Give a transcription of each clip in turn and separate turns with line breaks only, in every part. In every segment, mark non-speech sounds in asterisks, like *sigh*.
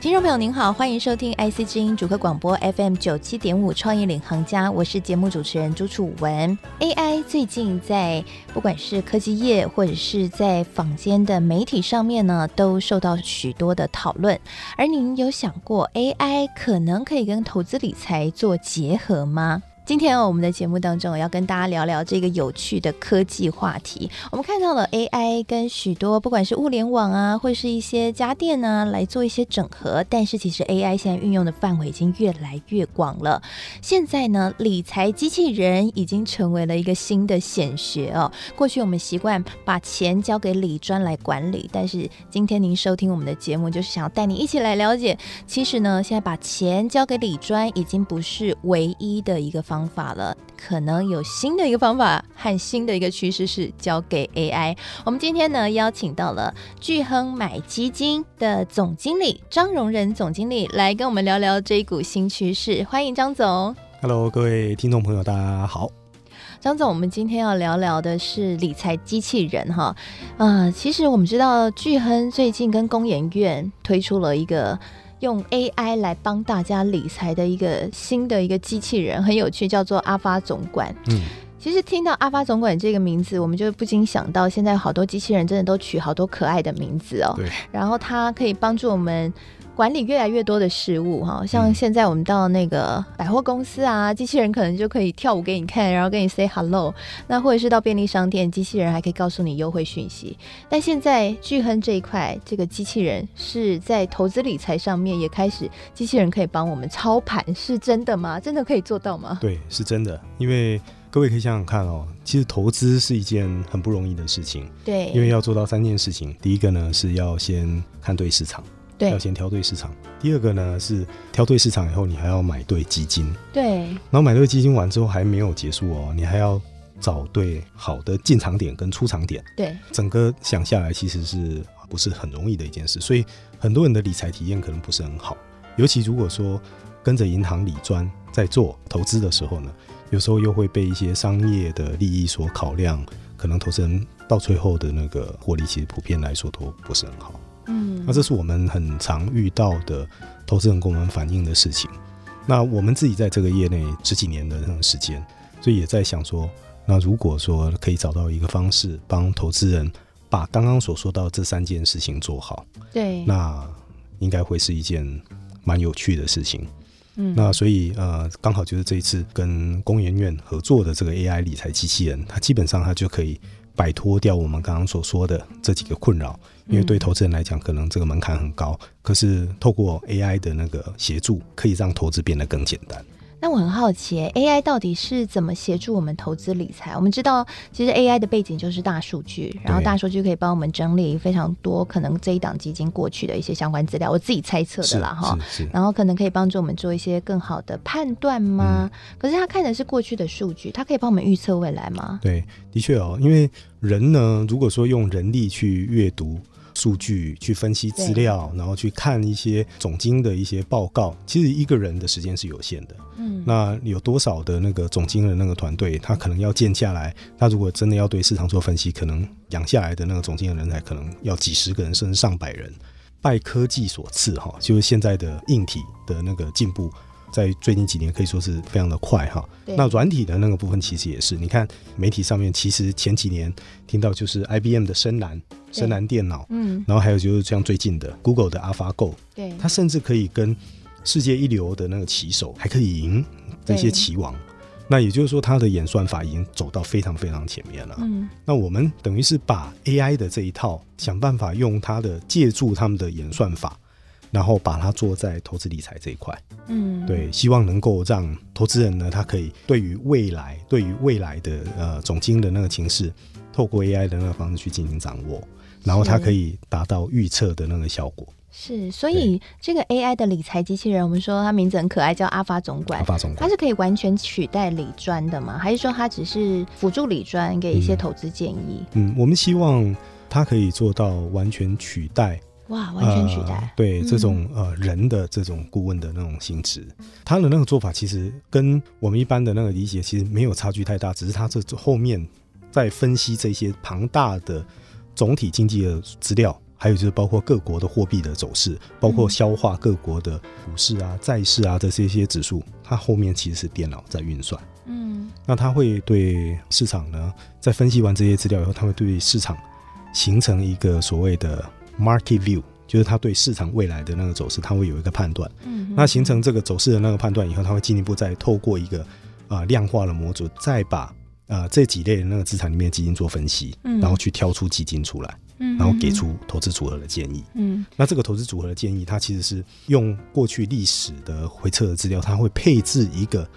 听众朋友您好，欢迎收听 IC 之音主客广播 FM 九七点五创意领航家，我是节目主持人朱楚文。AI 最近在不管是科技业或者是在坊间的媒体上面呢，都受到许多的讨论。而您有想过 AI 可能可以跟投资理财做结合吗？今天哦我们的节目当中，我要跟大家聊聊这个有趣的科技话题。我们看到了 AI 跟许多不管是物联网啊，或是一些家电啊，来做一些整合。但是其实 AI 现在运用的范围已经越来越广了。现在呢，理财机器人已经成为了一个新的显学哦。过去我们习惯把钱交给理专来管理，但是今天您收听我们的节目，就是想要带你一起来了解，其实呢，现在把钱交给理专已经不是唯一的一个方法了，可能有新的一个方法和新的一个趋势是交给 AI。我们今天呢，邀请到了巨亨买基金的总经理张荣仁总经理来跟我们聊聊这一股新趋势，欢迎张总。
Hello，各位听众朋友，大家好。
张总，我们今天要聊聊的是理财机器人哈。啊、其实我们知道巨亨最近跟工研院推出了一个。用 AI 来帮大家理财的一个新的一个机器人，很有趣，叫做阿发总管。
嗯，
其实听到阿发总管这个名字，我们就不禁想到，现在好多机器人真的都取好多可爱的名字哦。
对。
然后它可以帮助我们管理越来越多的事物哈，
嗯
像现在我们到那个百货公司啊，机器人可能就可以跳舞给你看，然后跟你 say hello。那或者是到便利商店，机器人还可以告诉你优惠讯息。但现在巨亨这一块，这个机器人是在投资理财上面也开始，机器人可以帮我们操盘，是真的吗？真的可以做到吗？
*laughs* 对，是真的。因为各位可以想想看哦，其实投资是一件很不容易的事情，
对，
因为要做到三件事情。第一个呢是要先看对市场，
对
要先挑对市场。第二个呢是挑对市场以后，你还要买对基金，
对
然后买对基金完之后还没有结束哦，你还要找对好的进场点跟出场点。
对
整个想下来，其实是不是很容易的一件事？所以很多人的理财体验可能不是很好，尤其如果说跟着银行理专在做投资的时候呢，有时候又会被一些商业的利益所考量，可能投资人到最后的那个获利，其实普遍来说都不是很好。
嗯
那这是我们很常遇到的投资人跟我们反映的事情。那我们自己在这个业内十几年的那种时间，所以也在想说，那如果说可以找到一个方式，帮投资人把刚刚所说到这三件事情做好，
对，
那应该会是一件蛮有趣的事情。
嗯
那所以呃，刚好就是这一次跟工研院合作的这个 AI 理财机器人，它基本上它就可以摆脱掉我们刚刚所说的这几个困扰，因
嗯
为对投资人来讲，可能这个门槛很高，可是透过 AI 的那个协助，可以让投资变得更简单。
那我很好奇欸，AI 到底是怎么协助我们投资理财？我们知道，其实 AI 的背景就是大数据，然后
对
大数据可以帮我们整理非常多可能这一档基金过去的一些相关资料，我自己猜测的
是
啦哈。
是是，
然后可能可以帮助我们做一些更好的判断吗？
嗯
可是它看的是过去的数据，它可以帮我们预测未来吗？
对，的确哦，因为人呢，如果说用人力去阅读。数据去分析资
对
料，然后去看一些总经的一些报告。其实一个人的时间是有限的，
嗯，
那有多少的那个总经理的那个团队，他可能要建下来，他如果真的要对市场做分析，可能养下来的那个总经理人才可能要几十个人，甚至上百人。拜科技所赐，哈，就是现在的硬体的那个进步，在最近几年可以说是非常的快，哈。
对
那软体的那个部分其实也是，你看媒体上面其实前几年听到就是 IBM 的深蓝、深蓝电脑，
嗯，
然后还有就是像最近的 Google 的 AlphaGo，
对，
他甚至可以跟世界一流的那个棋手还可以赢这些棋王。那也就是说，他的演算法已经走到非常非常前面了。
嗯，
那我们等于是把 AI 的这一套，想办法用它的借助他们的演算法，然后把它做在投资理财这一块。
嗯，
对，希望能够让投资人呢，他可以对于未来，对于未来的呃总经的那个情势，透过 AI 的那个方式去进行掌握，然后它
是
可以达到预测的那个效果。
是，所以这个 AI 的理财机器人，我们说它名字很可爱，叫阿发总管
阿。发总管
它是可以完全取代理专的吗？还是说它只是辅助理专给一些投资建议？
嗯，我们希望它可以做到完全取代
哇，完全取代。嗯
呃对这种呃人的这种顾问的那种性质，他的那个做法其实跟我们一般的那个理解其实没有差距太大，只是他这后面在分析这些庞大的总体经济的资料，还有就是包括各国的货币的走势，包
嗯
括消化各国的股市啊、债市啊这些一些指数，它后面其实是电脑在运算。
嗯
那他会对市场呢，在分析完这些资料以后，他会对市场形成一个所谓的 market view，就是他对市场未来的那个走势，他会有一个判断。
嗯，
那形成这个走势的那个判断以后，他会进一步再透过一个啊、呃量化的模组，再把呃这几类的那个资产里面的基金做分析，
嗯
然后去挑出基金出来，
嗯，
然后给出投资组合的建议。
嗯
那这个投资组合的建议，它其实是用过去历史的回测的资料，它会配置一个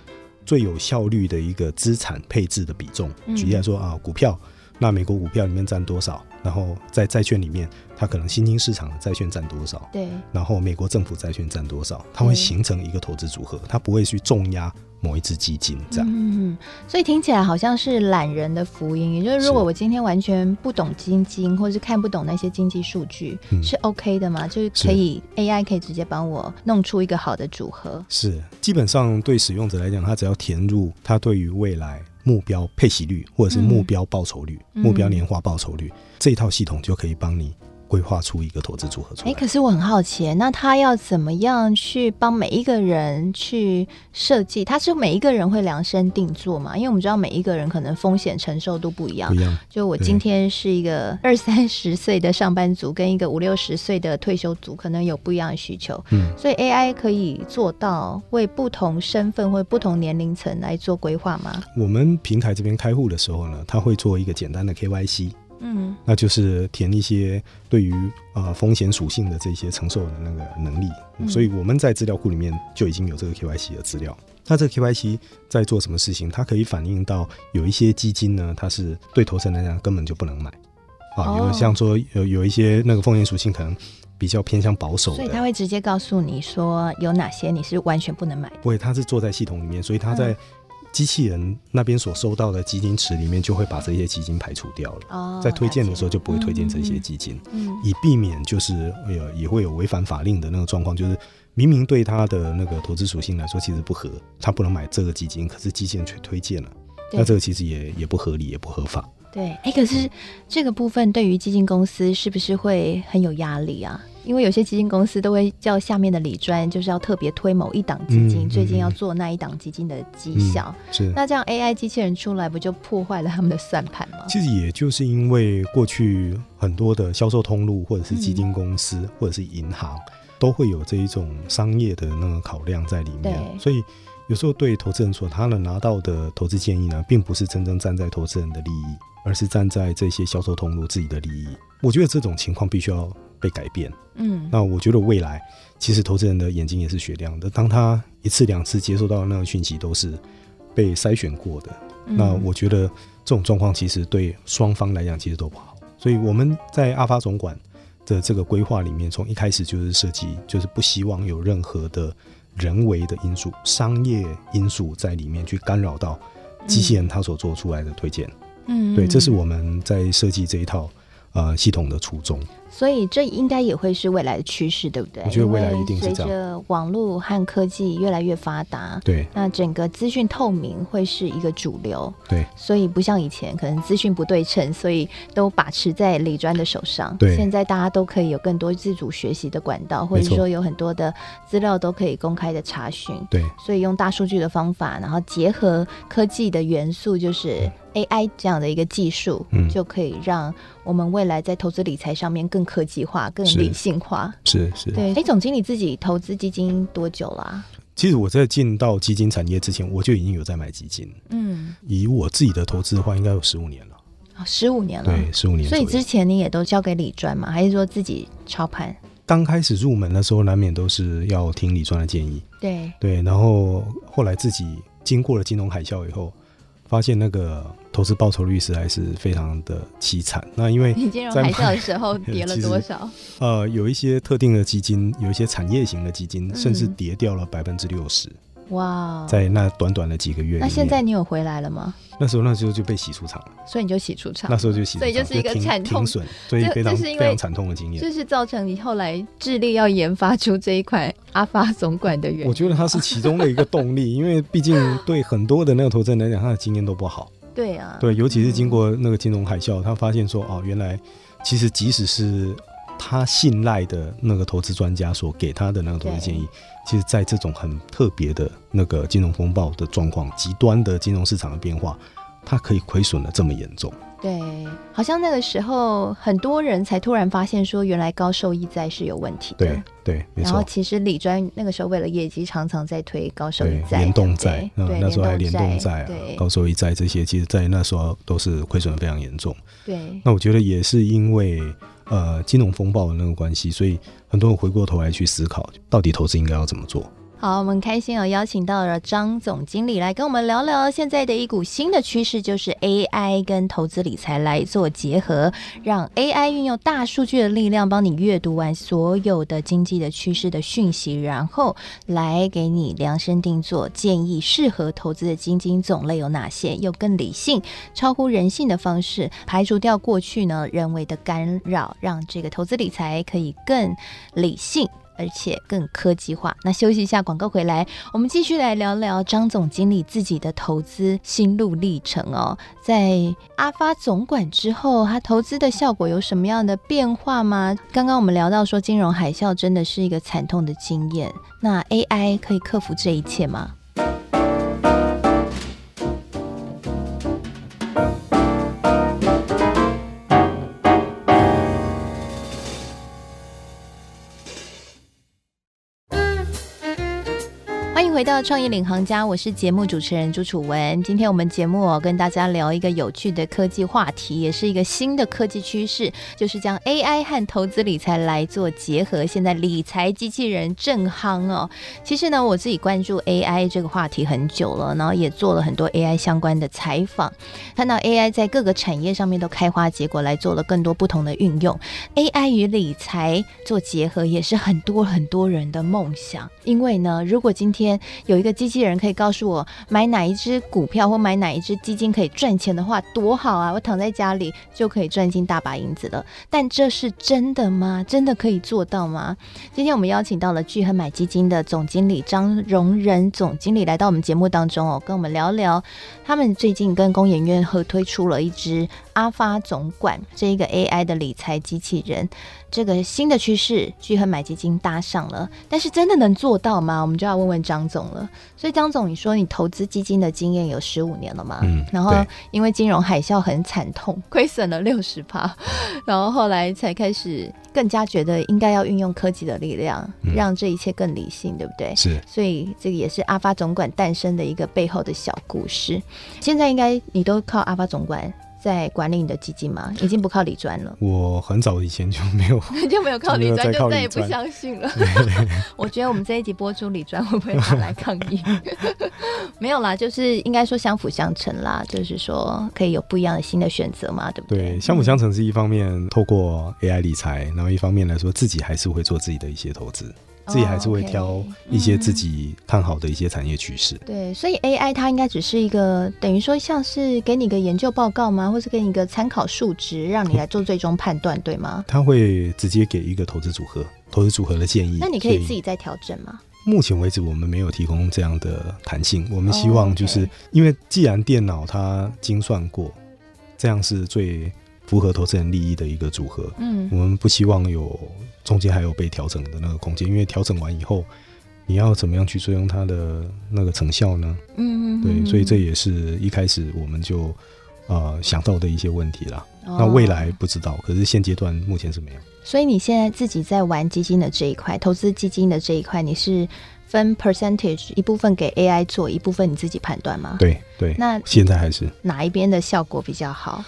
最有效率的一个资产配置的比重。
嗯
举例来说啊，股票，那美国股票里面占多少？然后在债券里面，它可能新兴市场的债券占多少？
对，
然后美国政府债券占多少？它会
嗯
形成一个投资组合，它不会去重压某一只基金这样。
嗯，所以听起来好像是懒人的福音，也就是
是
如果我今天完全不懂基金，或是看不懂那些经济数据，
嗯
是 OK 的吗？就是
是
可以 AI 可以直接帮我弄出一个好的组合。
是，基本上对使用者来讲，他只要填入他对于未来目标配息率或者是目标报酬率、
嗯
目标年化报酬率、这一套系统，就可以帮你规划出一个投资组合出
哎，
来。
可是我很好奇，那他要怎么样去帮每一个人去设计？他是每一个人会量身定做嘛？因为我们知道每一个人可能风险承受度不一样
不，一样，
就我
对
今天是一个二三十岁的上班族，跟一个五六十岁的退休族，可能有不一样的需求，
嗯，
所以 AI 可以做到为不同身份或不同年龄层来做规划吗？
我们平台这边开户的时候呢，它会做一个简单的 KYC，
嗯
那就是填一些对于呃风险属性的这些承受的那个能力，
嗯
所以我们在资料库里面就已经有这个 KYC 的资料。那这个 KYC 在做什么事情？它可以反映到有一些基金呢，它是对投资人来讲根本就不能买啊，
哦
有像说有有一些那个风险属性可能比较偏向保守
所以他
的，
会直接告诉你说有哪些你是完全不能买的。
不会，它是坐在系统里面，所以它在
嗯
机器人那边所收到的基金池里面就会把这些基金排除掉了，
哦，
在推荐的时候
了解
就不会推荐这些基金。
嗯
以避免就是呃也会有违反法令的那个状况，就是明明对他的那个投资属性来说其实不合，他不能买这个基金，可是基金却推荐了，
对
那这个其实也也不合理，也不合法。
对，哎、可是这个部分对于基金公司是不是会很有压力啊？因为有些基金公司都会叫下面的理专，就是要特别推某一档基金，
嗯
最近
嗯
要
嗯
做那一档基金的绩效。
是，
那这样 AI 机器人出来，不就破坏了他们的算盘吗？
其实也就是因为过去很多的销售通路，或者是基金公司，或者是银行，都会有这一种商业的那个考量在里面，
对
所以。有时候对投资人说，他能拿到的投资建议呢，并不是真正站在投资人的利益，而是站在这些销售通路自己的利益。我觉得这种情况必须要被改变。
嗯，
那我觉得未来其实投资人的眼睛也是雪亮的，当他一次两次接收到的那个讯息都是被筛选过的，
嗯
那我觉得这种状况其实对双方来讲其实都不好，所以我们在阿发总管的这个规划里面，从一开始就是设计，就是不希望有任何的人为的因素、商业因素在里面去干扰到机器人它所做出来的推荐。
嗯，
对，这是
嗯。
我们在设计这一套呃系统的初衷。
所以这应该也会是未来的趋势，对不对？
我觉得未来
因为
一定是这
随
样
着网络和科技越来越发达，
对
那整个资讯透明会是一个主流，
对，
所以不像以前可能资讯不对称，所以都把持在李专的手上。
对
现在大家都可以有更多自主学习的管道，或
没
者
错
说有很多的资料都可以公开的查询。
对。
所以用大数据的方法，然后结合科技的元素，就是。AI 这样的一个技术，
嗯
就可以让我们未来在投资理财上面更科技化、更
是
理性化。
是是，
对，哎，总经理自己投资基金多久啊啦、
其实我在进到基金产业之前，我就已经有在买基金。
嗯，
以我自己的投资的话，应该有十五年了。
哦十五年了。
对，十五年
所
左
以
右。
之前你也都交给李专嘛，还是说自己操盘？
刚开始入门的时候，难免都是要听李专的建议。
对，
对，然后后来自己经过了金融海啸以后，发现那个投资报酬率实在是非常的凄惨。那因为
你金融
哎在
海啸的
买
时
*laughs*
候跌了
其实
多少？
呃，有一些特定的基金，有一些产业型的基金，甚至
嗯
跌掉了百分之六十。
哇，
在那短短的几个月里面，
那现在你有回来了吗？
那时候那时候就被洗出场了，
所以你就洗出场
那，时候就洗出场，
所以就是一个
停
惨痛
停损，所以
这
非常
这是因
非
为
常惨痛的经验。
这是造成你后来致力要研发出这一款阿发总管的原
我
因。
觉得它是其中的一个动力，因为毕竟对很多的那个投资人来讲，他的经验都不好。
对啊，
对，尤其是经过那个金融海啸，他发现说，哦，原来其实即使是他信赖的那个投资专家所给他的那个投资建议，其实在这种很特别的那个金融风暴的状况、极端的金融市场的变化，他可以亏损的这么严重。
对，好像那个时候很多人才突然发现说，原来高收益债是有问题的。
对对，没
然后
错。
其实李专那个时候为了业绩，常常在推高收益
对，
债、
联动
对
债，
不
嗯
对，对
那时候还联
联
动
债
债啊、
对
高收益债这些，其实在那时候都是亏损的非常严重。
对
那我觉得也是因为呃金融风暴的那个关系，所以很多人回过头来去思考，到底投资应该要怎么做。
好，我们开心哦，邀请到了张总经理来跟我们聊聊现在的一股新的趋势，就是 AI 跟投资理财来做结合，让 AI 运用大数据的力量，帮你阅读完所有的经济的趋势的讯息，然后来给你量身定做建议，适合投资的基金种类有哪些，用更理性、超乎人性的方式，排除掉过去呢人为的干扰，让这个投资理财可以更理性。而且更科技化。那休息一下，广告回来，我们继续来聊聊张总经理自己的投资心路历程哦。在阿发总管之后，他投资的效果有什么样的变化吗？刚刚我们聊到说，金融海啸真的是一个惨痛的经验。那 AI 可以克服这一切吗？欢迎回到创业领航家，我是节目主持人朱楚文。今天我们节目哦，跟大家聊一个有趣的科技话题，也是一个新的科技趋势，就是将 AI 和投资理财来做结合。现在理财机器人正夯哦。其实呢，我自己关注 AI 这个话题很久了，然后也做了很多 AI 相关的采访，看到 AI 在各个产业上面都开花结果，来做了更多不同的运用。AI 与理财做结合，也是很多很多人的梦想。因为呢，如果今天有一个机器人可以告诉我买哪一只股票或买哪一只基金可以赚钱的话，多好啊！我躺在家里就可以赚进大把银子了。但这是真的吗？真的可以做到吗？今天我们邀请到了聚亨买基金的总经理张荣仁总经理来到我们节目当中哦，跟我们聊聊他们最近跟工研院合推出了一支阿发总管这一个 AI 的理财机器人，这个新的趋势，聚合买基金搭上了，但是真的能做到吗？我们就要问问张总了。所以张总，你说你投资基金的经验有十五年了吗？
嗯
然后
对
因为金融海啸很惨痛，亏损了六十趴，然后后来才开始更加觉得应该要运用科技的力量，
嗯
让这一切更理性，对不对？
是。
所以这个也是阿发总管诞生的一个背后的小故事。现在应该你都靠阿发总管在管理你的基金吗？已经不靠李专了
我很早以前就没有，
*laughs* 就没有靠
就没
李
有
专，
再靠
就再
李
也不
专
相信了。 *laughs* 我觉得我们这一集播出李专会不会他来抗议？ *laughs* 没有啦，就是应该说相辅相成啦，就是说可以有不一样的新的选择嘛，对不对？
对，相辅相成是一方面，透过 AI 理财，然后一方面来说，自己还是会做自己的一些投资，自己还是会挑
哦 OK 嗯
一些自己看好的一些产业趋势。
对，所以 AI 它应该只是一个等于说像是给你一个研究报告吗，或是给你一个参考数值，让你来做最终判断，对吗？
他会直接给一个投资组合，投资组合的建议。
那你可以
所
自己再调整吗？
目前为止，我们没有提供这样的弹性。我们希
哦
望
OK
就是、因为既然电脑它精算过，这样是最符合投资人利益的一个组合。
嗯
我们不希望有中间还有被调整的那个空间，因为调整完以后，你要怎么样去追踪它的那个成效呢？
嗯
对，所以这也是一开始我们就呃想到的一些问题啦。
那
那未来不知道，可是现阶段目前是没有。
哦所以你现在自己在玩基金的这一块，投资基金的这一块，你是分 percentage 一部分给 AI 做，一部分你自己判断吗？。
对对，
那
现在还是。
哪一边的效果比较好？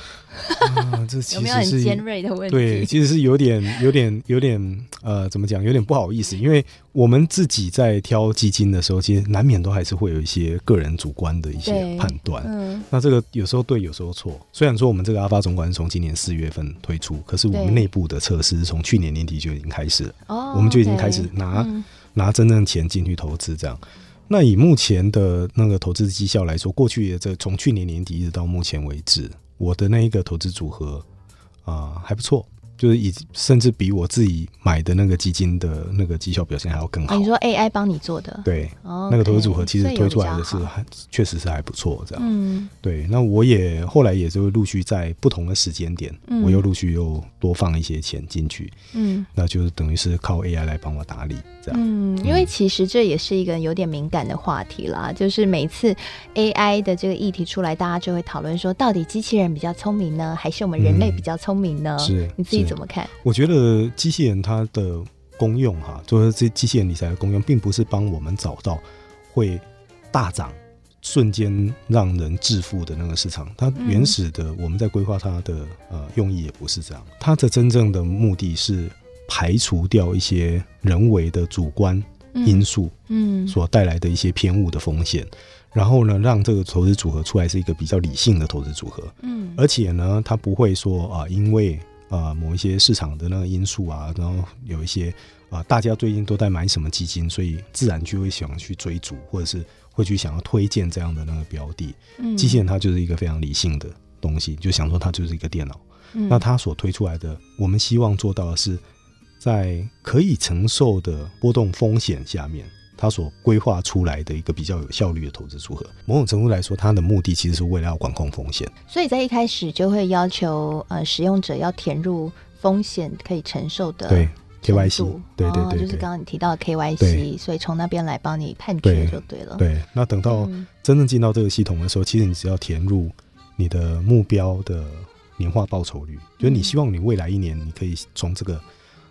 啊，这
有
其
没有很
实是
尖锐的问题？
对，其实是有点、有点、有点呃，怎么讲？有点不好意思，因为我们自己在挑基金的时候，其实难免都还是会有一些个人主观的一
对
些判断。
嗯，
那这个有时候对，有时候错。虽然说我们这个阿发总管是从今年四月份推出，可是我
对
们内部的测试是从去年年底就已经开始了，
哦，
我们就已经开始
OK
拿
嗯
拿真正钱进去投资这样。那以目前的那个投资绩效来说，过去的这从去年年底一直到目前为止，我的那一个投资组合啊、呃还不错，就是以甚至比我自己买的那个基金的那个绩效表现还要更
啊，
好。
你说 AI 帮你做的，
对，
哦，
那个投资组合其实推出来的是
所以有比较好
还确实是还不错，这样。
嗯
对，那我也后来也就陆续在不同的时间点，
嗯
我又陆续又多放一些钱进去，
嗯
那就是等于是靠 AI 来帮我打理这样。
嗯，因为其实这也是一个有点敏感的话题啦，就是每次 AI 的这个议题出来，大家就会讨论说，到底机器人比较聪明呢，还是我们人类
嗯
比较聪明呢？
是
你自己
是
怎么看？
我觉得机器人它的功用哈、就是这机器人理财的功用，并不是帮我们找到会大涨、瞬间让人致富的那个市场。它原始的、我们在规划它的呃用意也不是这样，它的真正的目的是排除掉一些人为的主观因素
嗯
所带来的一些偏误的风险。然后呢，让这个投资组合出来是一个比较理性的投资组合。
嗯
而且呢，它不会说啊、因为啊某一些市场的那个因素啊，然后有一些啊、大家最近都在买什么基金，所以自然就会想去追逐，或者是会去想要推荐这样的那个标的。
嗯
机器人它就是一个非常理性的东西，就想说它就是一个电脑。
嗯
那它所推出来的，我们希望做到的是，在可以承受的波动风险下面，它所规划出来的一个比较有效率的投资组合。某种程度来说，它的目的其实是为了要管控风险。
所以在一开始就会要求呃使用者要填入风险可以承受的
对
程
，KYC，
度
对对
哦
对
就
对、
是刚刚你提到的
对
KYC，所以从那边来帮你判决
对
就对了。
对。那等到
嗯
真正进到这个系统的时候，其实你只要填入你的目标的年化报酬率，就是你
嗯
希望你未来一年你可以从这个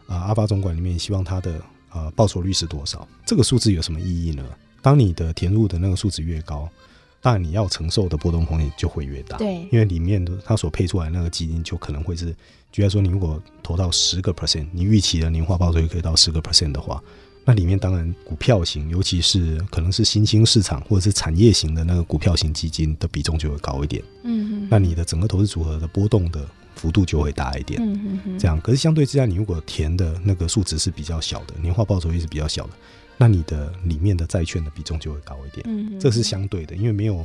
啊阿巴总管里面，你希望它的呃报酬率是多少？这个数字有什么意义呢？当你的填入的那个数值越高，当然你要承受的波动风险就会越大。
对
因为里面的它所配出来的那个基金就可能会是，举例来说，你如果投到十个 percent，你预期的年化报酬率可以到十个 percent 的话，那里面当然股票型，尤其是可能是新兴市场或者是产业型的那个股票型基金的比重就会高一点，
嗯嗯
那你的整个投资组合的波动的幅度就会大一点。
嗯嗯嗯
这样，可是相对之下，你如果填的那个数值是比较小的，年化报酬率是比较小的，那你的里面的债券的比重就会高一点。
嗯，
这是
想
相对的，因为没有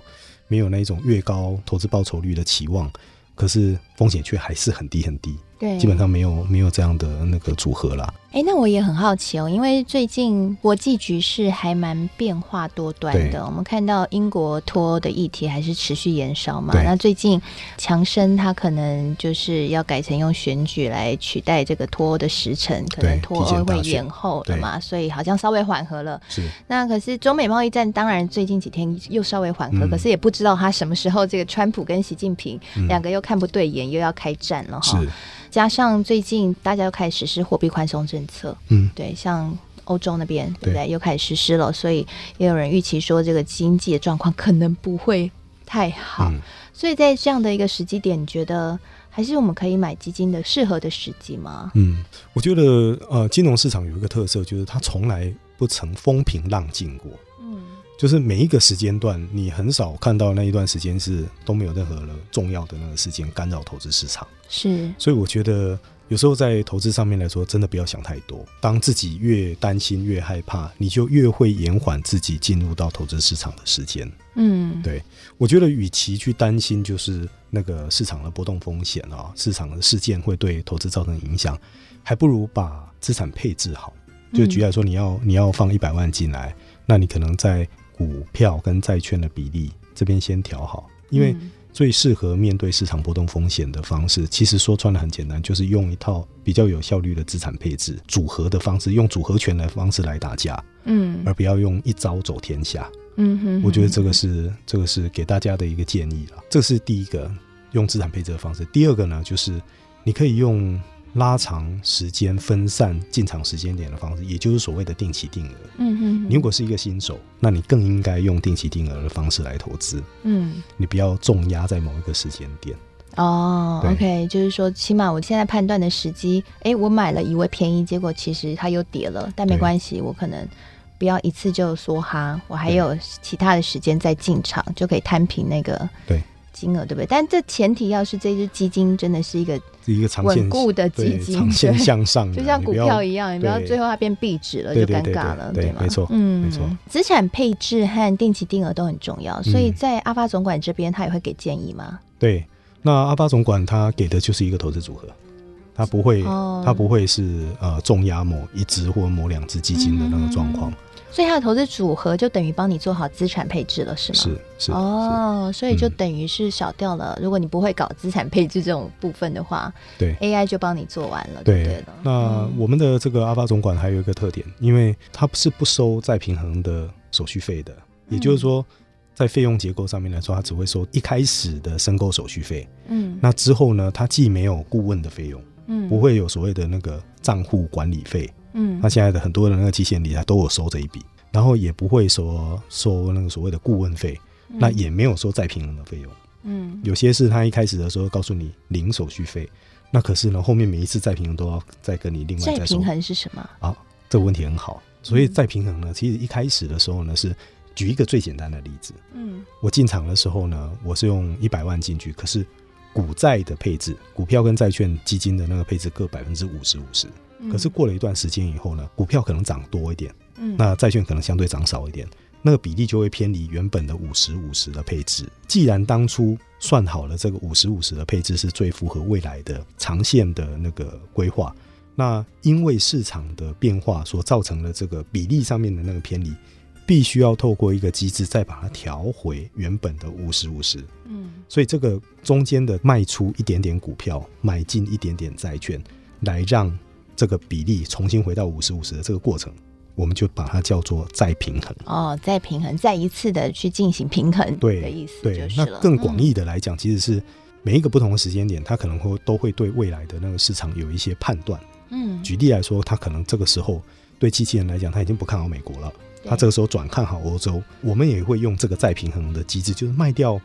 没有那种越高投资报酬率的期望，可是风险却还是很低很低，
对
基本。上没有没有这样的那个组合啦。
哎，那我也很好奇哦，因为最近国际局势还蛮变化多端
对
的。我们看到英国脱欧的议题还是持续延烧嘛。
对
那最近强生他可能就是要改成用选举来取代这个脱欧的时程，可能
对
脱
提
欧
前大
会
选
延后了
对
嘛，所以好像稍微缓和了。
是
那可是中美贸易战，当然最近几天又稍微缓和，
嗯
可是也不知道他什么时候这个川普跟习近平、
嗯
两个又看不对眼，又要开战了哈。
是，
加上最近大家又开始实施货币宽松政策，
嗯，
对，像欧洲那边对不
对
对又开始实施了，所以也有人预期说这个经济的状况可能不会太好，
嗯
所以在这样的一个时机点，你觉得还是我们可以买基金的适合的时机吗？
嗯，我觉得呃，金融市场有一个特色，就是它从来不曾风平浪静过。
嗯
就是每一个时间段，你很少看到那一段时间是都没有任何的重要的那个事件干扰投资市场。
是，
所以我觉得有时候在投资上面来说，真的不要想太多。当自己越担心、越害怕，你就越会延缓自己进入到投资市场的时间。
嗯，
对我觉得，与其去担心就是那个市场的波动风险啊，市场的事件会对投资造成影响，还不如把资产配置好。就举例来说，你要你要放一百万进来，那你可能在股票跟债券的比例这边先调好，因为
嗯
最适合面对市场波动风险的方式，其实说穿了很简单，就是用一套比较有效率的资产配置组合的方式，用组合拳的方式来打架，
嗯
而不要用一招走天下。
嗯哼，
我觉得
哼
这个是这个是给大家的一个建议了。这是第一个用资产配置的方式。第二个呢，就是你可以用拉长时间、分散进场时间点的方式，也就是所谓的定期定额。
嗯哼哼，
你如果是一个新手，那你更应该用定期定额的方式来投资，
嗯。
你不要重压在某一个时间点。
哦、
对
o k 就是说，起码我现在判断的时机，诶，我买了以为便宜，结果其实它又跌了，但没
对
关系，我可能不要一次就梭哈，我还
对
有其他的时间再进场，就可以摊平那个
对
金额，对不对？但这前提要是这只基金真的是一个
是一个长线
稳固的基
对
金，
长线
对
向上的，
就像
你
股
不要
票一样，你不要
对
最后它变壁纸了就
对
尴
对
尬了，
对对对
吗？
没错
嗯，
没错。
资产配置和定期定额都很重要，所以
嗯
在阿发总管这边，他也会给建议吗？
对，那阿巴总管他给的就是一个投资组合，他不会，
哦
他不会是呃重压某一只或某两只基金的那个状况，
所以他的投资组合就等于帮你做好资产配置了，是吗？
是是
哦，所以就
嗯
等于是少掉了。如果你不会搞资产配置这种部分的话
是对。
，AI 就帮你做完了，哎对不嗯
对
对，了？
那我们的这个阿巴总管还有一个特点，因为它是不收再平衡的手续费的，也
嗯
就是说，在费用结构上面来说，它只会收一开始的申购手续费。
嗯
那之后呢，它既没有顾问的费用，
嗯
不，会有所谓的那个账户管理费，
嗯
那现在的很多的那个期限理财都有收这一笔，然后也不会说收那个所谓的顾问费，那也没有收再平衡的费用。
嗯
有些是他一开始的时候告诉你零手续费，那可是呢后面每一次再平衡都要再跟你另外
再
再收
平衡嗯是什么？
啊，这个问题很好。所以再平衡呢，其实一开始的时候呢是举一个最简单的例子，
嗯
我进场的时候呢，我是用一百万进去，可是股债的配置，股票跟债券基金的那个配置各百分之五十五十。
嗯
可是过了一段时间以后呢，股票可能涨多一点，
嗯
那债券可能相对涨少一点，那个比例就会偏离原本的五十五十的配置。既然当初算好了这个五十五十的配置是最符合未来的长线的那个规划，那因为市场的变化所造成的这个比例上面的那个偏离，必须要透过一个机制再把它调回原本的五十五十。
嗯
所以这个中间的卖出一点点股票，买进一点点债券，来让这个比例重新回到五十五十的这个过程，我们就把它叫做再平衡。
哦，再平衡，再一次的去进行平衡
对
的意思
对
就，是
那
了。
更广
嗯
义的来讲，其实是每一个不同的时间点，它可能会都会对未来的那个市场有一些判断。
嗯，
举例来说，它可能这个时候对机器人来讲，它已经不看好美国了，它这
对
个时候转看好欧洲，我们也会用这个再平衡的机制，就是卖掉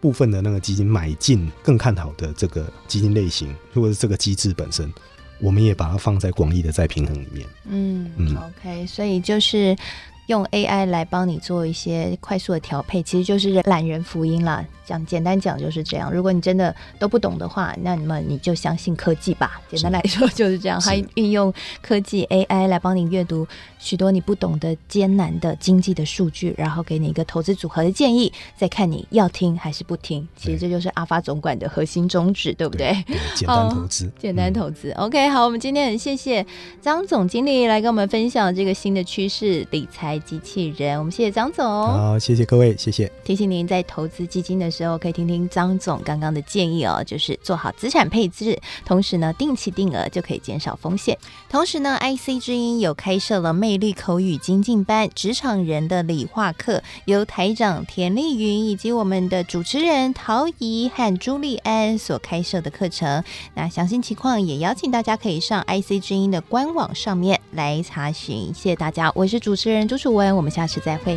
部分的那个基金，买进更看好的这个基金类型，或者是这个机制本身，我们也把它放在广义的再平衡里面。
嗯
嗯
o k 所以就是用 AI 来帮你做一些快速的调配，其实就是懒人福音啦。讲简单讲就是这样。如果你真的都不懂的话，那么你就相信科技吧。简单来说就是这样，它
是
运用科技 AI 来帮你阅读许多你不懂的艰难的经济的数据，然后给你一个投资组合的建议，再看你要听还是不听。其实这就是阿发总管的核心宗旨，对不对
对，简单
哦
投资，
简单
嗯
投资。OK，好，我们今天很谢谢张总经理来跟我们分享这个新的趋势理财机器人。我们谢谢张总。
好，谢谢各位，谢谢。
提醒您在投资基金的时候，可以听听张总刚刚的建议哦，就是做好资产配置，同时呢定期定额就可以减少风险。同时呢，IC 之音有开设了魅力口语精进班，职场人的理化课，由台长田丽云以及我们的主持人陶怡和朱利安所开设的课程。那详细情况也邀请大家可以上 IC 之音的官网上面来查询。谢谢大家，我是主持人朱楚文，我们下次再会。